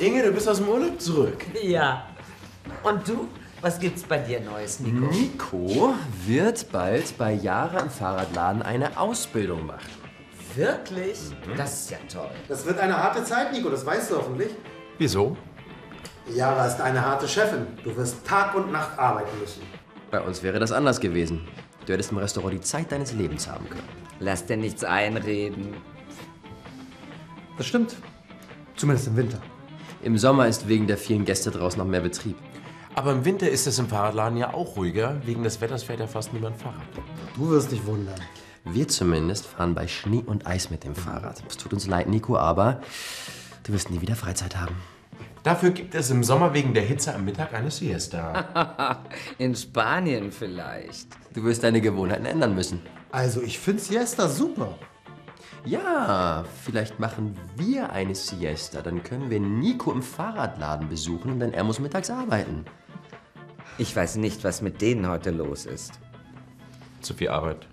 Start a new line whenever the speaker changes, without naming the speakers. Inge, du bist aus dem Urlaub zurück.
Ja. Und du? Was gibt's bei dir Neues, Nico?
Nico wird bald bei Jara im Fahrradladen eine Ausbildung machen.
Wirklich? Das ist ja toll.
Das wird eine harte Zeit, Nico, das weißt du hoffentlich.
Wieso?
Jara ist eine harte Chefin. Du wirst Tag und Nacht arbeiten müssen.
Bei uns wäre das anders gewesen. Du hättest im Restaurant die Zeit deines Lebens haben können.
Lass dir nichts einreden.
Das stimmt. Zumindest im Winter.
Im Sommer ist wegen der vielen Gäste draußen noch mehr Betrieb.
Aber im Winter ist es im Fahrradladen ja auch ruhiger. Wegen des Wetters fährt ja fast niemand Fahrrad.
Du wirst dich wundern.
Wir zumindest fahren bei Schnee und Eis mit dem Fahrrad. Es tut uns leid, Nico, aber du wirst nie wieder Freizeit haben.
Dafür gibt es im Sommer wegen der Hitze am Mittag eine Siesta.
In Spanien vielleicht.
Du wirst deine Gewohnheiten ändern müssen.
Also, ich finde Siesta super.
Ja, vielleicht machen wir eine Siesta. Dann können wir Nico im Fahrradladen besuchen, denn er muss mittags arbeiten.
Ich weiß nicht, was mit denen heute los ist.
Zu viel Arbeit.